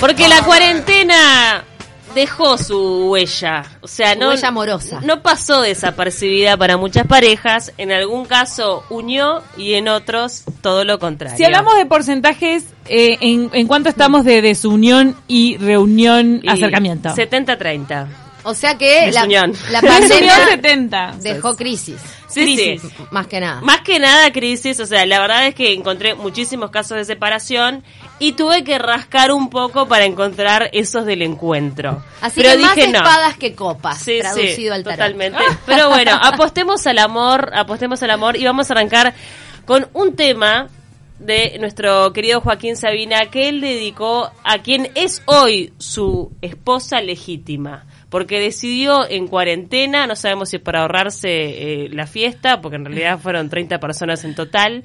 Porque la cuarentena dejó su huella. O sea, no, Huella amorosa. no pasó desapercibida para muchas parejas. En algún caso unió y en otros todo lo contrario. Si hablamos de porcentajes, eh, en, en cuánto estamos de desunión y reunión, Y acercamiento? 70-30. O sea que la, Desunión. la Desunión pandemia 70. dejó crisis, Sí, sí. Crisis. más que nada. Más que nada crisis, o sea, la verdad es que encontré muchísimos casos de separación y tuve que rascar un poco para encontrar esos del encuentro. Así Pero que más dije no. espadas que copas, Sí, traducido sí, al tarot. Totalmente. Pero bueno, apostemos al amor, apostemos al amor y vamos a arrancar con un tema de nuestro querido Joaquín Sabina que él dedicó a quien es hoy su esposa legítima. Porque decidió en cuarentena, no sabemos si para ahorrarse eh, la fiesta, porque en realidad fueron 30 personas en total.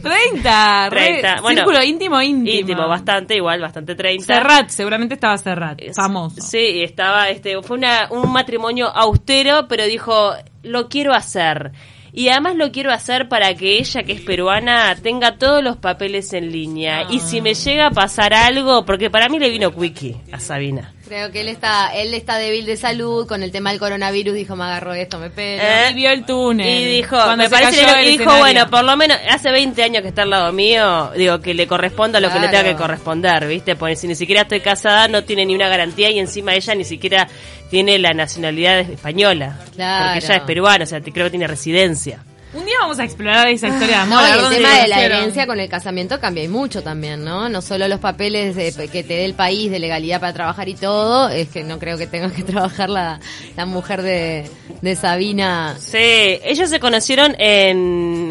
30. re- 30, bueno. círculo íntimo, íntimo. Íntimo, bastante, igual, bastante 30. Serrat, seguramente estaba Serrat. Es- Famoso. Sí, y estaba, este, fue una- un matrimonio austero, pero dijo, lo quiero hacer. Y además lo quiero hacer para que ella, que es peruana, tenga todos los papeles en línea. Y si me llega a pasar algo, porque para mí le vino quickie a Sabina. Creo que él está, él está débil de salud con el tema del coronavirus, dijo me agarró esto, me pega. Eh, Y vio el túnel. Y dijo, Cuando me se parece cayó que- el y dijo, escenario. bueno, por lo menos hace 20 años que está al lado mío, digo, que le corresponda lo que le Claro. tenga que corresponder, ¿viste? Porque si ni siquiera estoy casada, no tiene ni una garantía y encima ella ni siquiera tiene la nacionalidad española. Claro. Porque ella es peruana, o sea, te- creo que tiene residencia. Un día vamos a explorar esa historia de amor. No, a ver y el dónde tema de la nacieron. herencia con el casamiento cambia y mucho también, ¿no? No solo los papeles de- que te dé el país de legalidad para trabajar y todo, es que no creo que tenga que trabajar la, la mujer de, de Sabina. Sí, ellos se conocieron en,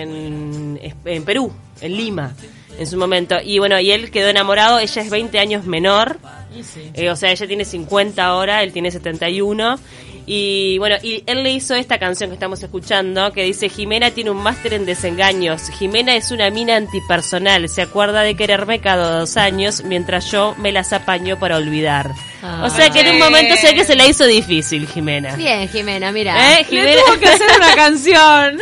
en, en Perú, en Lima, en su momento. Y bueno, y él quedó enamorado, ella es 20 años menor. Eh, o sea, ella tiene 50 ahora, él tiene 71. Y bueno, y él le hizo esta canción que estamos escuchando, que dice, Jimena tiene un máster en desengaños. Jimena es una mina antipersonal, se acuerda de quererme cada dos años, mientras yo me las apaño para olvidar. Ah. O sea que en un momento sé que se la hizo difícil, Jimena. Bien, Jimena, mira. Eh, Le Jimena- tuvo que hacer una canción.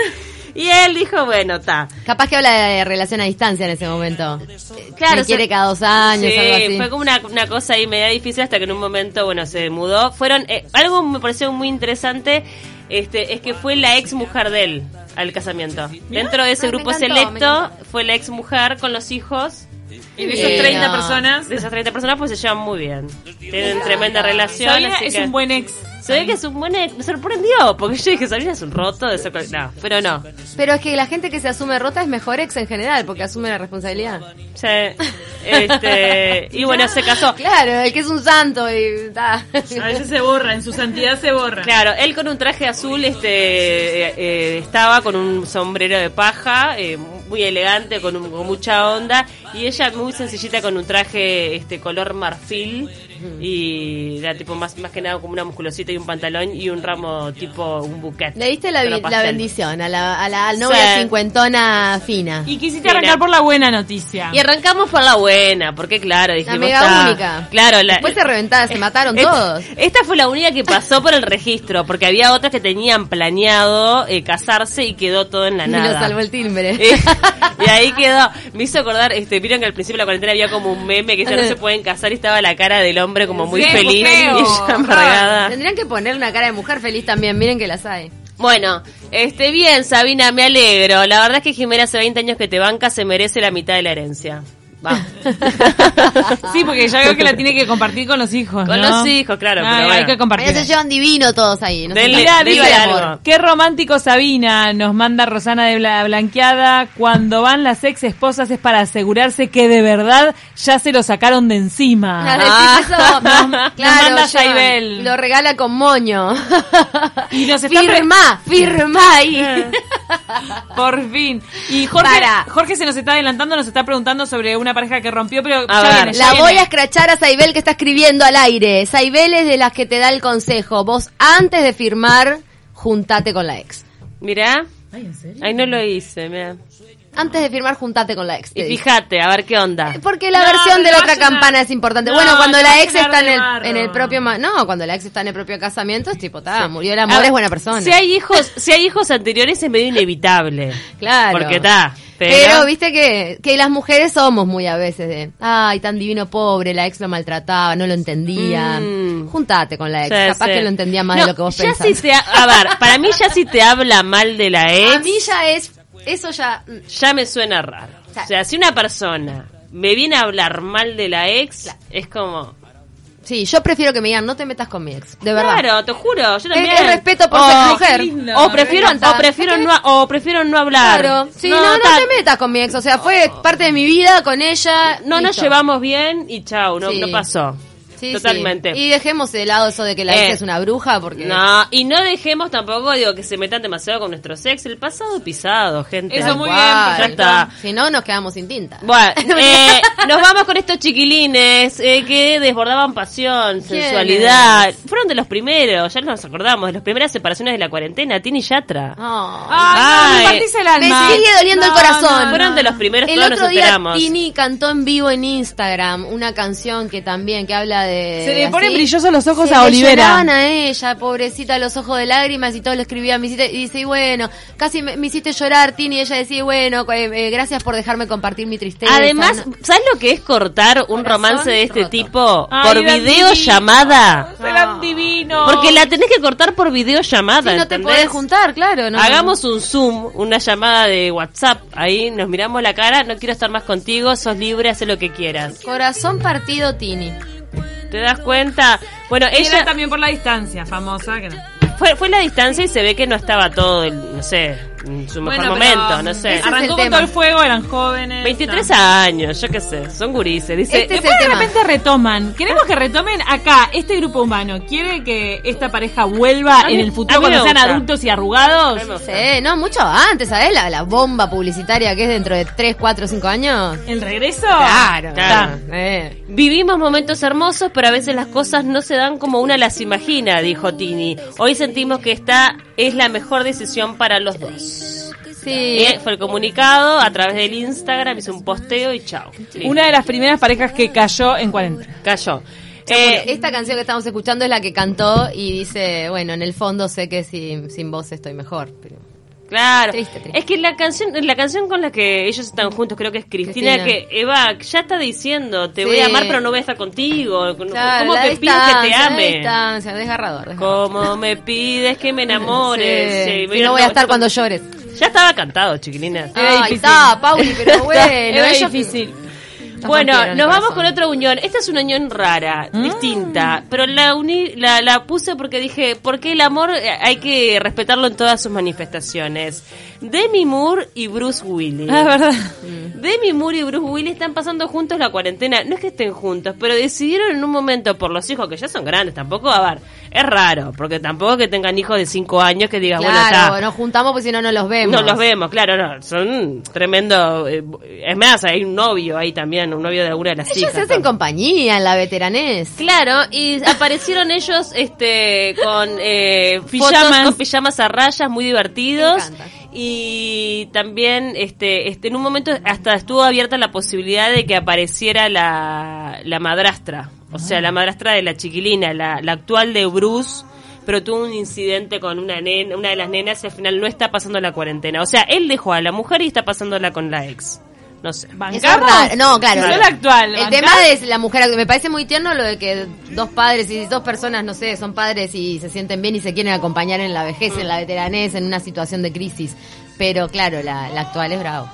Y él dijo, bueno, ta. Capaz que habla de relación a distancia en ese momento. Eh, claro, Me se- quiere cada dos años, algo Sí, así. fue como una, una cosa ahí media difícil hasta que en un momento, bueno, se mudó. Fueron, eh, algo me pareció muy interesante, este, es que fue la ex mujer de él al casamiento. Dentro de ese Ah, me grupo encantó, me selecto encantó. fue la ex mujer con los hijos. Eh, Y de esas Bien. 30 personas. De esas 30 personas pues se llevan muy bien. Tienen tremenda relación. Sabina así es que- un buen ex. Se ve que es un buen... ex. Me sorprendió, porque yo dije, Sabina es un roto de ese... co- No, pero no. Pero es que la gente que se asume rota es mejor ex en general, porque asume la responsabilidad. Sí. Este, y bueno, se casó. Claro, el que es un santo y ta. A veces se borra, en su santidad se borra. Claro, él con un traje azul este eh, eh, estaba con un sombrero de paja, eh, muy elegante, con, un- con mucha onda, y ella muy sencillita con un traje este color marfil y era tipo más más que nada como una musculosita y un pantalón y un ramo tipo un buquet. Le diste la, Pero vi- la pastel. bendición a la, a la novia Sí. cincuentona fina. Y quisiste Mira. arrancar por la buena noticia. Y arrancamos por la buena, porque claro, dijimos mega "Ta". única. Claro, la, "Ah, Después se reventaron, se Eh, mataron Esta- todos. Esta fue la única que pasó por el registro, porque había otras que tenían planeado eh, casarse y quedó todo en la Y nada. lo salvó el timbre. Eh, y ahí quedó. Me hizo acordar, este, vieron que al principio de la cuarentena había como un meme que ya no se pueden casar y estaba la cara del hombre como muy Sí, feliz feo. y Ah. ella amargada. Tendrían que poner una cara de mujer feliz también, miren que las hay. Bueno, este, bien, Sabina, me alegro. La verdad es que Jimena hace 20 años que te banca, se merece la mitad de la herencia. Va. Sí, porque ya veo que la tiene que compartir con los hijos. Con ¿no? los hijos, claro, Ah, pero Hay bueno. que Mira, compartir. se llevan divino todos ahí. No sé, Denle- Mirá, denle dice, algo. Qué romántico Sabina nos manda Rosana de la Blanqueada. Cuando van las ex esposas es para asegurarse que de verdad ya se lo sacaron de encima. Ah, decís eso. Nos- nos claro, manda llevan. Jaibel. lo regala con moño. Y nos está pre- firma, firma ahí. Por fin. Y Jorge, Para. Jorge se nos está adelantando, nos está preguntando sobre una pareja que rompió, pero ya ver. viene, ya La viene. voy a escrachar a Saibel que está escribiendo al aire. Saibel es de las que te da el consejo. Vos antes de firmar, juntate con la ex. Mirá. Ay, no lo hice, mirá. Antes de firmar, juntate con la ex. te Y dice. fíjate, a ver qué onda. Porque la No, versión de la te va a otra llenar- campana es importante. No, bueno, cuando te va la a ex llenar está en de el, barro. en el propio... ma- No, cuando la ex está en el propio casamiento es tipo, ta, murió el A amor, ver, es buena persona. Si hay hijos, si hay hijos anteriores es medio inevitable. Claro. Porque está. Pero viste que, que las mujeres somos muy a veces de, ay, tan divino pobre, la ex lo maltrataba, no lo entendía. Mm. Juntate con la ex, Sí, capaz sí. que lo entendía más No, de lo que vos ya pensás. si te ha- a ver, para mí ya si te habla mal de la ex, A mí ya es, eso ya, mm, ya me suena raro. Claro. O sea, si una persona me viene a hablar mal de la ex, Claro. es como... sí, yo prefiero que me digan, no te metas con mi ex, de verdad. Claro, te juro, yo Es, también. es respeto por O- ser mujer. lindo. O prefiero, Me encanta. o prefiero no, o prefiero no hablar. Claro, sí, no, no, tal. te metas con mi ex, o sea, fue parte de mi vida con ella. No nos listo. llevamos bien y chau, no, Sí. no pasó. Sí, sí. Totalmente. Y dejemos de lado eso de que la Eh. ex es una bruja, porque... No, y no dejemos tampoco, digo, que se metan demasiado con nuestro sexo. El pasado pisado, gente. Eso muy bien, pues Ya está. Si no, nos quedamos sin tinta. Bueno, eh, nos vamos con estos chiquilines eh, que desbordaban pasión, ¿Quiénes? sensualidad. Fueron de los primeros, ya nos acordamos, de las primeras separaciones de la cuarentena, Tini Yatra. Oh. Ah, Ay, Ay. no, me partís el alma. Me sigue doliendo el No, corazón. no, Fueron de los primeros, El todos nos otro día enteramos. Tini cantó en vivo en Instagram una canción que también que habla de Se le así. ponen brillosos los ojos Se a le Olivera. lloraban a ella, pobrecita, los ojos de lágrimas y todo lo escribía. Me hiciste- y dice, y bueno, casi me, me hiciste llorar, Tini. Y ella decía, y bueno, eh, eh, gracias por dejarme compartir mi tristeza. Además, No. ¿sabes lo que es cortar un Corazón romance de este roto. tipo Ay, por eran videollamada? divinos, Eran divinos. Porque la tenés que cortar por videollamada. Sí, no te ¿entendés? podés juntar, claro. No, Hagamos un Zoom, una llamada de WhatsApp. Ahí nos miramos la cara. No quiero estar más contigo. Sos libre, haz lo que quieras. Corazón partido, Tini. ¿Te das cuenta? Bueno, Y era ella también por la distancia, famosa. Que no. fue, fue la distancia y se ve que no estaba todo, el, no sé, en su mejor Bueno, pero, momento. No sé. ese es Arrancó el con tema. todo el fuego, eran jóvenes. 23 años, yo qué sé. Son gurises. Dice, Este es Después el de tema. repente retoman. Queremos que retomen acá, este grupo humano. ¿Quiere que esta pareja vuelva A mí- en el a futuro mí me cuando sean gusta. adultos y Ay, me arrugados? gusta. Sí, no, mucho antes, ¿sabes? La, la bomba publicitaria que es dentro de 3, 4, 5 años. ¿El regreso? Claro, Claro. está. Eh. Vivimos momentos hermosos, pero a veces las cosas no se dan como una las imagina, dijo Tini. Hoy sentimos que esta es la mejor decisión para los dos. Sí. Eh, fue el comunicado a través del Instagram, hice un posteo y chao. Listo. Una de las primeras parejas que cayó en 40. cayó. Eh, Esta canción que estamos escuchando es la que cantó y dice, bueno, en el fondo sé que sin, sin vos estoy mejor. Pero... claro. Triste, triste. Es que la canción, la canción con la que ellos están juntos, creo que es Cristina, Cristina. que Eva ya está diciendo, te voy Sí. a amar pero no voy a estar contigo. Claro, ¿Cómo la te pido que te distancia, la ame? distancia, desgarrador. desgarrador. ¿Cómo me pides que me enamores? Sí. Sí, Si bueno, eh, no voy a estar yo- cuando llores. Ya estaba cantado, chiquilina. Era Ahí difícil. está, Pauli, pero bueno. Era ellos- difícil. Nos Bueno, rompieron nos vamos el corazón. Mm. con otra unión. Esta es una unión rara, distinta, pero la, uní, la, la puse porque dije, porque el amor eh, hay que respetarlo en todas sus manifestaciones. Demi Moore y Bruce Willis. Ah, es verdad. Demi Moore y Bruce Willis están pasando juntos la cuarentena. No es que estén juntos, pero decidieron en un momento por los hijos, que ya son grandes, tampoco, a ver, es raro, porque tampoco que tengan hijos de 5 años que digas, bueno, Claro, está, nos juntamos porque si no, no los vemos. no los vemos, claro, no. Son tremendo. eh, es más, hay un novio ahí también, un novio de alguna de las Ellos hijas. se hacen todo. compañía en la veteranés. Claro, y aparecieron ellos este con eh, pijamas, Pijamas. con pijamas a rayas, muy Me divertidos. encanta. Y también este, este en un momento hasta estuvo abierta la posibilidad de que apareciera la, la madrastra, o Ah. sea, la madrastra de la chiquilina, la, la actual de Bruce, pero tuvo un incidente con una nena, una de las nenas y al final no está pasando la cuarentena. O sea, él dejó a la mujer y está pasándola con la ex. No sé. Eso es raro. No, claro. No la actual. El ¿bancás? tema es la mujer. Me parece muy tierno lo de que dos padres y dos personas, no sé, son padres y se sienten bien y se quieren acompañar en la vejez, en la veteranez, en una situación de crisis. Pero claro, la, la actual es bravo.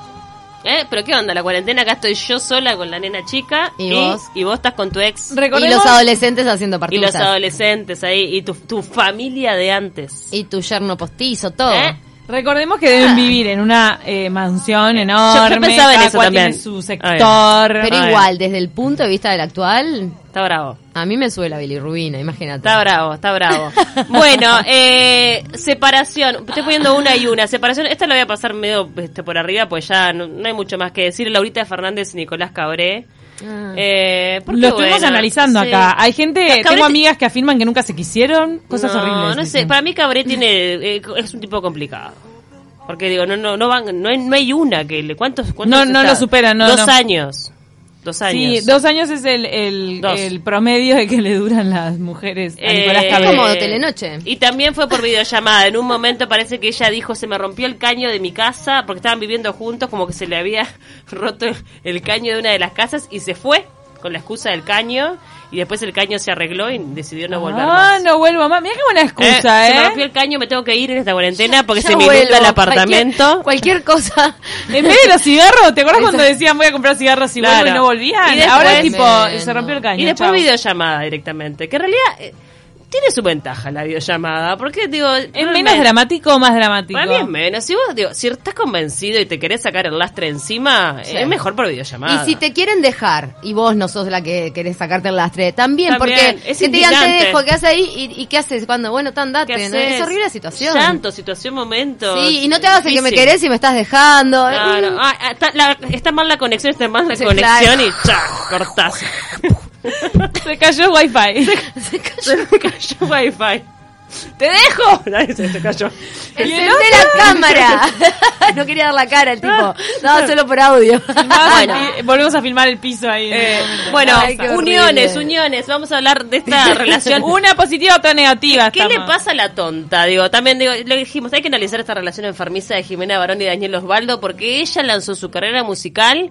¿Eh? ¿Pero qué onda? La cuarentena, acá estoy yo sola con la nena chica. ¿Y vos? Y vos estás con tu ex. Y Recordemos- los adolescentes haciendo Y los partiduzas. adolescentes ahí. Y tu, tu familia de antes. Y tu yerno postizo, todo. ¿Eh? Recordemos que deben vivir en una eh, mansión enorme. Yo- yo pensaba en cada eso cual también. tiene su Ah, sector. Pero Ay. igual, desde el punto de vista del actual, Está bravo. a mí me sube la bilirrubina, imagínate. Está bravo, está bravo. Bueno, eh, separación. Estoy poniendo una y una. Separación. Esta la voy a pasar medio este, por arriba, pues ya no, no hay mucho más que decir. Laurita Fernández y Nicolás Cabré. Ah. Eh, porque, Lo estuvimos bueno, analizando sí. acá. Hay gente, Cabré- tengo amigas que afirman que nunca se quisieron, cosas no, horribles. No sé, dicen. para mí Cabré tiene, eh, es un tipo complicado. Porque digo, no no no van no hay, no hay una que le cuántos, cuántos No, no está? lo supera, no, Dos no. años. dos Sí, años. dos años es el, el, Dos. el promedio de que le duran las mujeres a Nicolás Eh, Cabrera. Como Telenoche. Y también fue por videollamada. En un momento parece que ella dijo, se me rompió el caño de mi casa, porque estaban viviendo juntos, como que se le había roto el caño de una de las casas y se fue con la excusa del caño. Y después el caño se arregló y decidió no volver Ah, más. no vuelvo más. Mira qué buena Eh, excusa, Se me ¿eh? rompió el caño, me tengo que ir en esta cuarentena porque Ya se me vuelvo. inunda el Cualquier- apartamento. Cualquier, cosa. En vez de los cigarros, ¿te acuerdas cuando decían voy a comprar cigarros y Claro. vuelvo y no volvían? Y después- Ahora es tipo, Bueno. se rompió el caño. Y después chau. videollamada directamente, que en realidad eh, tiene su ventaja la videollamada, porque digo... ¿Es menos realmente- dramático o más dramático? Para mí es menos. Si vos digo, si estás convencido y te querés sacar el lastre encima, Sí. es mejor por Y videollamada. si te quieren dejar, y vos no sos la que querés sacarte el lastre, también, También, porque es que te digan te indignante. dejo, ¿qué haces ahí? ¿Y, y qué haces cuando? Bueno, tan ¿Qué date. ¿no? haces? Es horrible la situación. Llanto, situación, momento. Sí, y no te hagas el que me Difícil. querés ¿eh? y me estás dejando. Mm, Claro. Ah, ah, está, la- está mal la conexión, está mal la Sí, conexión claro. y cha, cortás. Se cayó el wifi. Se me cayó Wi-Fi. ¡Te dejo! Nadie se se cayó. Encendé la cámara. no quería dar la cara el tipo. No, solo por audio. Bueno. Volvemos a filmar el piso ahí. Eh, bueno, Ay, qué horrible. uniones, uniones. Vamos a hablar de esta relación. una positiva, otra negativa. ¿Qué le pasa a la tonta? Digo, también digo, le dijimos, hay que analizar esta relación enfermiza de Jimena Barón y Daniel Osvaldo porque ella lanzó su carrera musical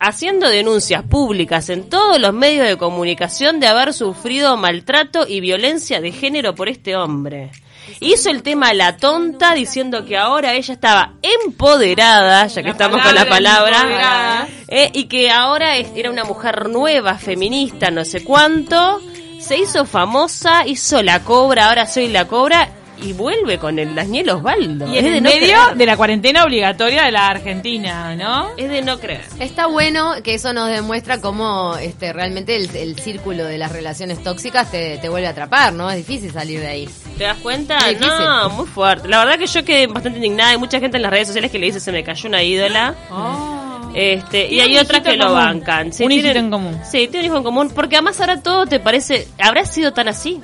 haciendo denuncias públicas en todos los medios de comunicación de haber sufrido maltrato y violencia de género por este hombre. Hizo el tema La Tonta diciendo que ahora ella estaba empoderada, ya que La estamos con la palabra, palabra, empoderada. eh, y que ahora es- era una mujer nueva, feminista, no sé cuánto. Se hizo famosa, hizo la cobra, ahora soy la cobra. Y vuelve con el Daniel Osvaldo. Y en es de el no medio creer. de la cuarentena obligatoria de la Argentina, ¿no? Es de no creer. Está bueno que eso nos demuestra cómo este, realmente el, el círculo de las relaciones tóxicas te, te vuelve a atrapar, ¿no? Es difícil salir de ahí. ¿Te das cuenta? Eh, Es difícil. No, muy fuerte. La verdad que yo quedé bastante indignada. Hay mucha gente en las redes sociales que le dice se me cayó una ídola. Eh, Este, y Tiene hay un otras hijito que en lo común. bancan. Un hijito tienen- en común. Sí, tiene un hijo en común. Porque además ahora todo te parece. ¿Habrá sido tan así?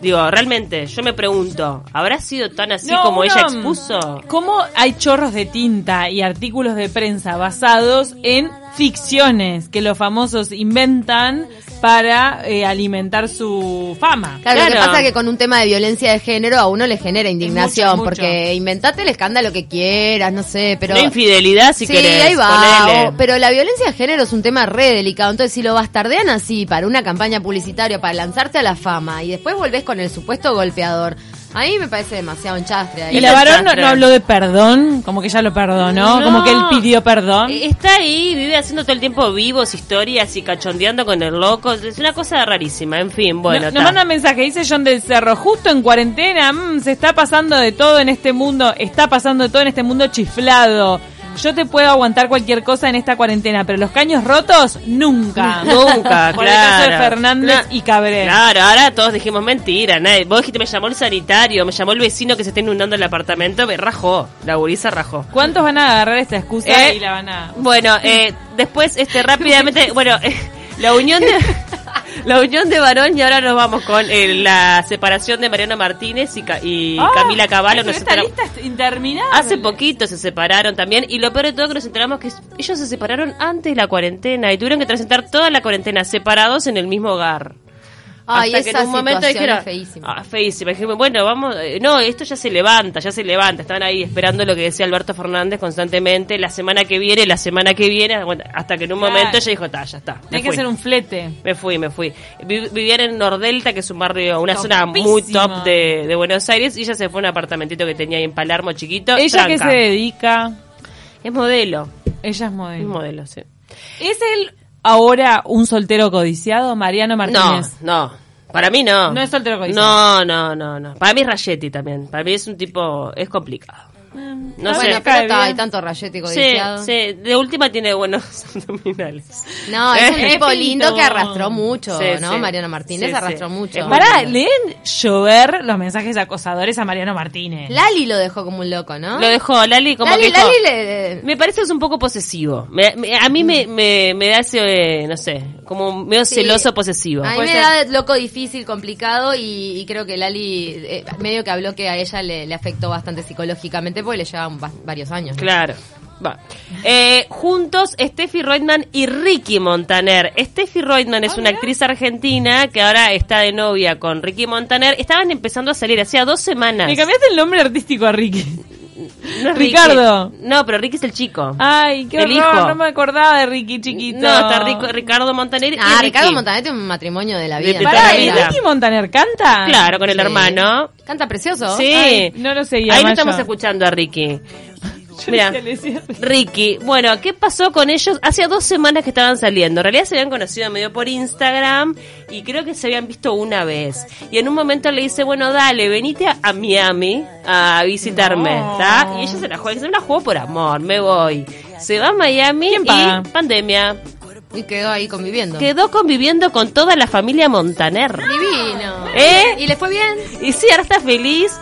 Digo, realmente, yo me pregunto, ¿habrá sido tan así No, como uno- ella expuso? ¿Cómo hay chorros de tinta y artículos de prensa basados en ficciones que los famosos inventan para eh, alimentar su fama? Claro, lo que Claro. pasa es que con un tema de violencia de género a uno le genera indignación, mucho, es mucho. porque inventate el escándalo que quieras, no sé, pero... La infidelidad, si sí, querés. ahí va. ponele. o- pero la violencia de género es un tema re delicado. Entonces, si lo bastardean así para una campaña publicitaria, para lanzarte a la fama, y después volvés con el supuesto golpeador, a mí me parece demasiado enchastre. Ahí. Y Es la el varón no, sastre. no habló de perdón, como que ya lo perdonó, No. como que él pidió perdón. Eh, Está ahí, vive haciendo todo el tiempo vivos, historias y cachondeando con el loco. Es una cosa rarísima. En fin, bueno. No- ta. nos manda mensaje, dice John del Cerro, justo en cuarentena, mm, se está pasando de todo en este mundo, está pasando de todo en este mundo chiflado. Yo te puedo aguantar cualquier cosa en esta cuarentena, pero los caños rotos, nunca. Nunca, claro. Por el caso de Fernández Cla- y Cabrera. Claro, ahora todos dijimos mentira. Nadie. Vos dijiste, me llamó el sanitario, me llamó el vecino que se está inundando el apartamento. Me rajó, la guriza rajó. ¿Cuántos van a agarrar esta excusa Eh. y la van a... Bueno, eh, después, este, rápidamente, bueno, eh, la unión de... La unión de varón y ahora nos vamos con eh, la separación de Mariana Martínez y, Ca- y Ah, Camila Cavallo. pero Nos Esta enteramos- lista es interminable. Hace poquito se separaron también y lo peor de todo que nos enteramos que ellos se separaron antes de la cuarentena y tuvieron que transitar toda la cuarentena separados en el mismo hogar. Ay, Hasta que esa en un momento situación dijeron, es feísima. Ah, feísima. Dijimos, bueno, vamos, eh, no, esto ya se levanta, ya se levanta. Estaban ahí esperando lo que decía Alberto Fernández constantemente, la semana que viene, la semana que viene, bueno, hasta que en un Claro. momento ella dijo, está, ya está. me Hay que fui". hacer un flete. Me fui, me fui. Vi- Vivían en Nordelta, que es un barrio, una zona Topísimo. muy top de, de Buenos Aires, y ella se fue a un apartamentito que tenía ahí en Palermo chiquito. Ella que se tranca. dedica, Es modelo. ella es Es modelo. modelo, sí. ¿Es él ahora un soltero codiciado, Mariano Martínez? No, no. Para mí no. No es soltero No, codiciado. no, no, no. Para mí es Rayetti también. Para mí es un tipo... Es complicado. No Ah, sé. Mm, bueno, cae pero está, bien. hay tanto rayético Sí, sí. De última tiene buenos abdominales. No, es un Eh, tipo pinto. lindo que arrastró mucho, Sí, ¿no? sí. Mariano Martínez Sí, arrastró sí. mucho. Es muy Pará, lindo. leen llover los mensajes acosadores a Mariano Martínez. Lali lo dejó como un loco, ¿no? Lo dejó Lali como Lali, que dijo- "Mm, Lali le- le- Me parece que es un poco posesivo. Me- me- a mí me, me, me da ese, eh, no sé, como medio Sí. celoso posesivo. A mí me Puede ser. da loco difícil, complicado y, y creo que Lali eh, medio que habló que a ella le, le afectó bastante psicológicamente porque le llevaban va- varios años. ¿no? Claro. Va. Eh, juntos, Steffi Reutemann y Ricky Montaner. Steffi Reutemann es una actriz argentina que ahora está de novia con Ricky Montaner. Estaban empezando a salir, hacía dos semanas. Le cambiaste el nombre artístico a Ricky. No es Ricky. Ricardo. No, pero Ricky es el chico. Ay, qué El horror, hijo. no me acordaba de Ricky chiquito. No, está Rico- Ricardo Montaner y Ah, Ricky. Ricardo Montaner tiene un matrimonio de la De vida. toda Pará, la ¿y vida. Ricky Montaner canta? Claro, con el Sí. hermano. Canta precioso. Sí. Ay, no lo seguía, Ahí lo Maya. estamos escuchando a Ricky. Yo Mira. decía, le decía- Ricky, bueno, ¿qué pasó con ellos? Hacía dos semanas que estaban saliendo. En realidad se habían conocido medio por Instagram y creo que se habían visto una vez. Y en un momento le dice, bueno, dale, venite a, a Miami a visitarme, No. ¿tá? Y ella se la juega, se la jugó por amor, me voy. Se va a Miami ¿Quién paga? y pandemia. Y quedó ahí conviviendo. Quedó conviviendo con toda la familia Montaner. Divino. ¿Eh? ¿Y les fue bien? Y sí, ahora está feliz.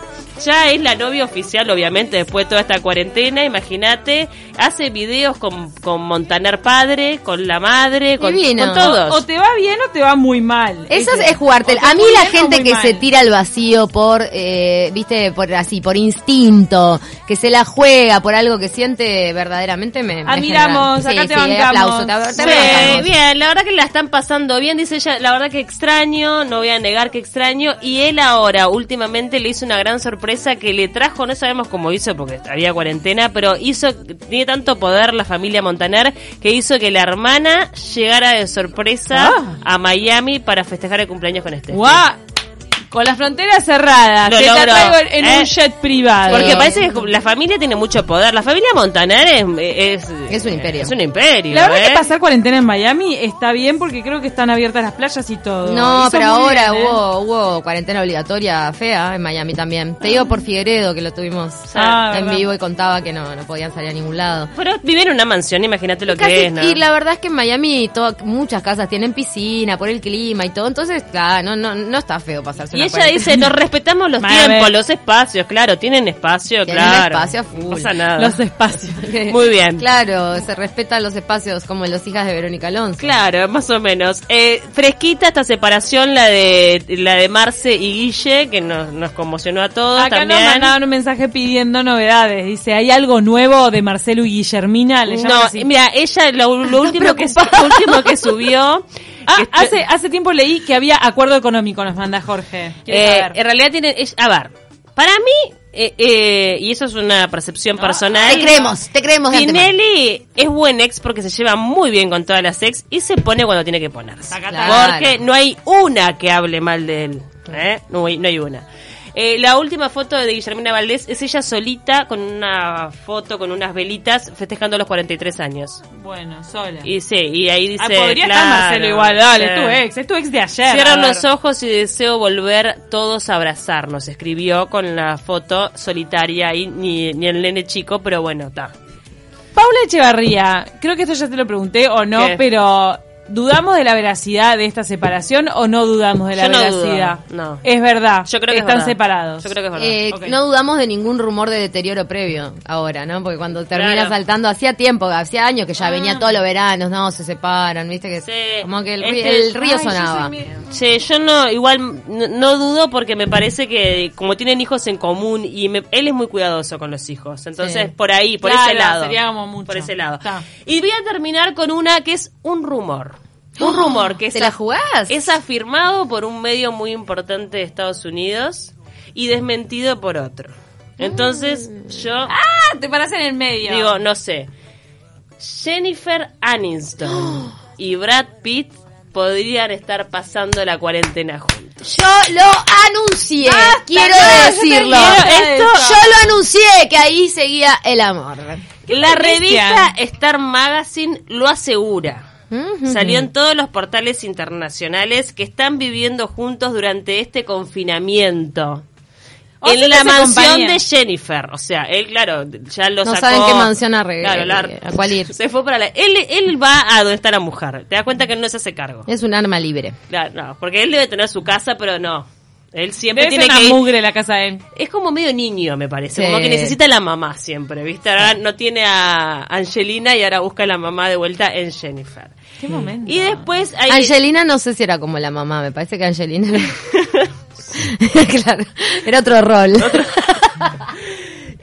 Ya es la novia oficial, obviamente, después de toda esta cuarentena, imagínate. Hace videos con, con Montaner padre, con la madre, con, Divino. con O, todos. te va bien o te va muy mal. Eso Ese- es, es jugártela. Este, o te A mí muy la bien o gente muy que mal. se tira al vacío por, eh, viste, por así, por instinto, que se la juega por algo que siente verdaderamente me. me Admiramos, genera- Ah, acá sí, te sí, bancamos. aplauso, te- Sí, te bancamos. bien, la verdad que la están pasando bien, dice ella, la verdad que extraño, no voy a negar que extraño, y él ahora últimamente le hizo una gran sorpresa que le trajo, no sabemos cómo hizo porque había cuarentena, pero hizo, tiene tanto poder la familia Montaner que hizo que la hermana llegara de sorpresa Ah. a Miami para festejar el cumpleaños con este. Guau. Con las fronteras cerradas. Lo te la logró, traigo en ¿eh? un jet privado. Porque parece que la familia tiene mucho poder. La familia Montaner es... Es, Es un imperio. Es un imperio. La verdad ¿eh? que pasar cuarentena en Miami está bien porque creo que están abiertas las playas y todo. No, Hizo pero muy ahora bien, ¿eh? hubo, hubo cuarentena obligatoria fea en Miami también. Te digo por Figueredo que lo tuvimos Ah, en verdad. vivo y contaba que no, no podían salir a ningún lado. Pero vivir en una mansión, imagínate lo Casi- que es, ¿no? Y la verdad es que en Miami to- muchas casas tienen piscina por el clima y todo, entonces, claro, no, no, no está feo pasarse Y una ella cuarentena. dice, nos respetamos los Vale. tiempos, los espacios, claro, tienen espacio, Tienen claro. espacio No full. pasa nada. Los espacios. Muy bien. Claro, se respetan los espacios como en los hijas de Verónica Alonso. Claro, más o menos. Eh, fresquita esta separación, la de la de Marce y Guille, que nos, nos conmocionó a todos Acá nos también. mandaban un mensaje pidiendo novedades. Dice, ¿hay algo nuevo de Marcelo y Guillermina? Le llaman no, así. mira, ella lo, lo último, que, lo último que subió... este, Ah, que- hace, hace tiempo leí que había acuerdo económico, nos manda Jorge. Quiere Eh, saber. en realidad tienen... es- A ver, para mí, eh, eh, y eso es una percepción Ah, personal... Te creemos, te creemos. de antemano. Tinelli es buen ex porque se lleva muy bien con todas las ex y se pone cuando tiene que ponerse. Claro. Porque no hay una que hable mal de él. ¿eh? No, hay, no hay una. Eh, la última foto de Guillermina Valdés es ella solita con una foto con unas velitas festejando los 43 años. Bueno, sola. Y sí, y ahí dice. Ah, podría claro, estar Marcelo igual, dale, sí. eh, es tu ex, es tu ex de ayer. Cierro a ver. los ojos y deseo volver todos a abrazarnos. Escribió con la foto solitaria y ni, ni el nene chico, pero bueno, está. Paula Echevarría, creo que esto ya te lo pregunté o no, ¿Qué? pero ¿dudamos de la veracidad de esta separación o no dudamos de la Yo no dudo, veracidad? no. Es verdad. Yo creo que es están verdad. separados. Yo creo que es verdad. Eh, Ok. No dudamos de ningún rumor de deterioro previo ahora, ¿no? Porque cuando termina Claro. saltando, hacía tiempo, hacía años que ya venía todos los veranos, no, se separan, viste que Sí. como que el, ri- Este- el río Ay, yo sonaba. Che, yo no, igual no, no dudo porque me parece que como tienen hijos en común y me- él es muy cuidadoso con los hijos, entonces Sí. por ahí, por Claro, ese lado. sería como mucho. Por ese lado. Está. Y voy a terminar con una que es un rumor. Un rumor que ¿Te es, la af- jugás? es afirmado por un medio muy importante de Estados Unidos y desmentido por otro. Entonces yo Ah, te parás en el medio. digo, no sé. Jennifer Aniston y Brad Pitt podrían estar pasando la cuarentena juntos. Yo lo anuncié, Basta, quiero no, yo te decirlo. quiero esto. Yo lo anuncié que ahí seguía el amor. La Cristian. revista Star Magazine lo asegura. Ujú. Salió en todos los portales internacionales que están viviendo juntos durante este confinamiento. Oh, O sea, en la que se mansión acompañan. de Jennifer. O sea, él, claro, ya lo No sacó. saben qué mansión arre- Claro, la- a cuál ir. Se fue para la. Él, él va a donde está la mujer. Te das cuenta que él no se hace cargo. Es un arma libre. Claro, no, porque él debe tener su casa, pero no. Él siempre Debe ser tiene una que ir mugre la casa de él. es como medio niño, me parece. Sí. Como que necesita la mamá siempre, ¿viste? Ahora no tiene a Angelina y ahora busca a la mamá de vuelta en Jennifer. Qué momento. Mm. Y después hay... Angelina no sé si era como la mamá, me parece que Angelina. claro, era otro rol.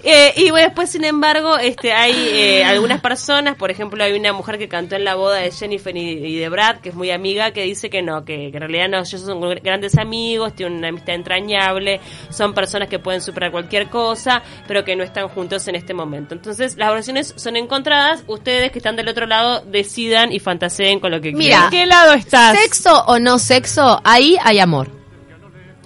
Eh, y bueno, después, sin embargo, este, hay eh, algunas personas, por ejemplo, hay una mujer que cantó en la boda de Jennifer y, y de Brad, que es muy amiga, que dice que no, que, que en realidad no, ellos son gr- grandes amigos, tienen una amistad entrañable, son personas que pueden superar cualquier cosa, pero que no están juntos en este momento. Entonces, las versiones son encontradas, ustedes que están del otro lado decidan y fantaseen con lo que Mira. ¿En qué lado estás? Sexo o no sexo, ahí hay amor. quieran.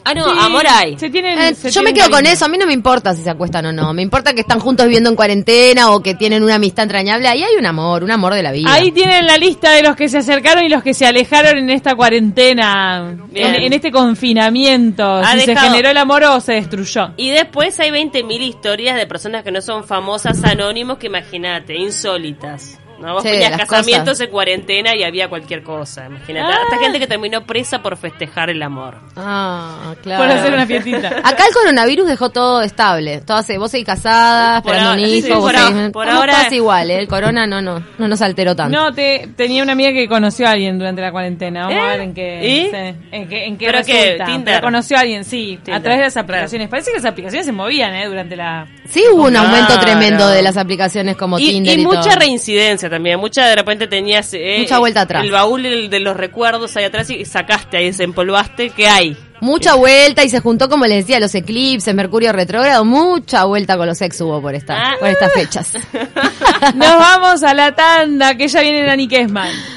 Ah, no, Sí, amor hay. se tienen- Eh, se yo me tienen quedo con cariño. eso, a mí no me importa si se acuestan o no, me importa que están juntos viviendo en cuarentena o que tienen una amistad entrañable, ahí hay un amor, un amor de la vida. Ahí tienen la lista de los que se acercaron y los que se alejaron en esta cuarentena, en, Bien. en este confinamiento. Ha si se dejado- generó el amor o se destruyó. Y después hay 20.000 historias de personas que no son famosas, anónimos, que imagínate, insólitas. ¿no? Vos Sí, ponías las casamientos cosas. en cuarentena y había cualquier cosa. Imagínate. Ah. Hasta gente que terminó presa por festejar el amor. Ah, claro. Por hacer una fiestita. Acá el coronavirus dejó todo estable. Todas, vos seguís casada, Por esperando un ahora- hijo, sí, vos por seguís- ahora- por Estamos ahora- todas igual, ¿eh? el corona no, no, no nos alteró tanto. No, te, tenía una amiga que conoció a alguien durante la cuarentena. Vamos a ¿Eh? ver en qué, ¿Y? sí, en qué, en qué ¿Pero qué, resulta. Tinder? Pero conoció a alguien, sí, a Tinder. través de las aplicaciones. Parece que las aplicaciones se movían eh, durante la... Sí hubo un aumento Claro. tremendo de las aplicaciones como Y, Tinder y y mucha todo. reincidencia también. Mucha de repente tenías. eh, Mucha vuelta atrás. El baúl el de los recuerdos ahí atrás y sacaste ahí, desempolvaste. ¿Qué hay? Mucha vuelta y se juntó, como les decía, los eclipses, Mercurio retrógrado, mucha vuelta con los ex hubo por, esta, Ah. por estas fechas. Nos vamos a la tanda, que ya viene Dani Kesman.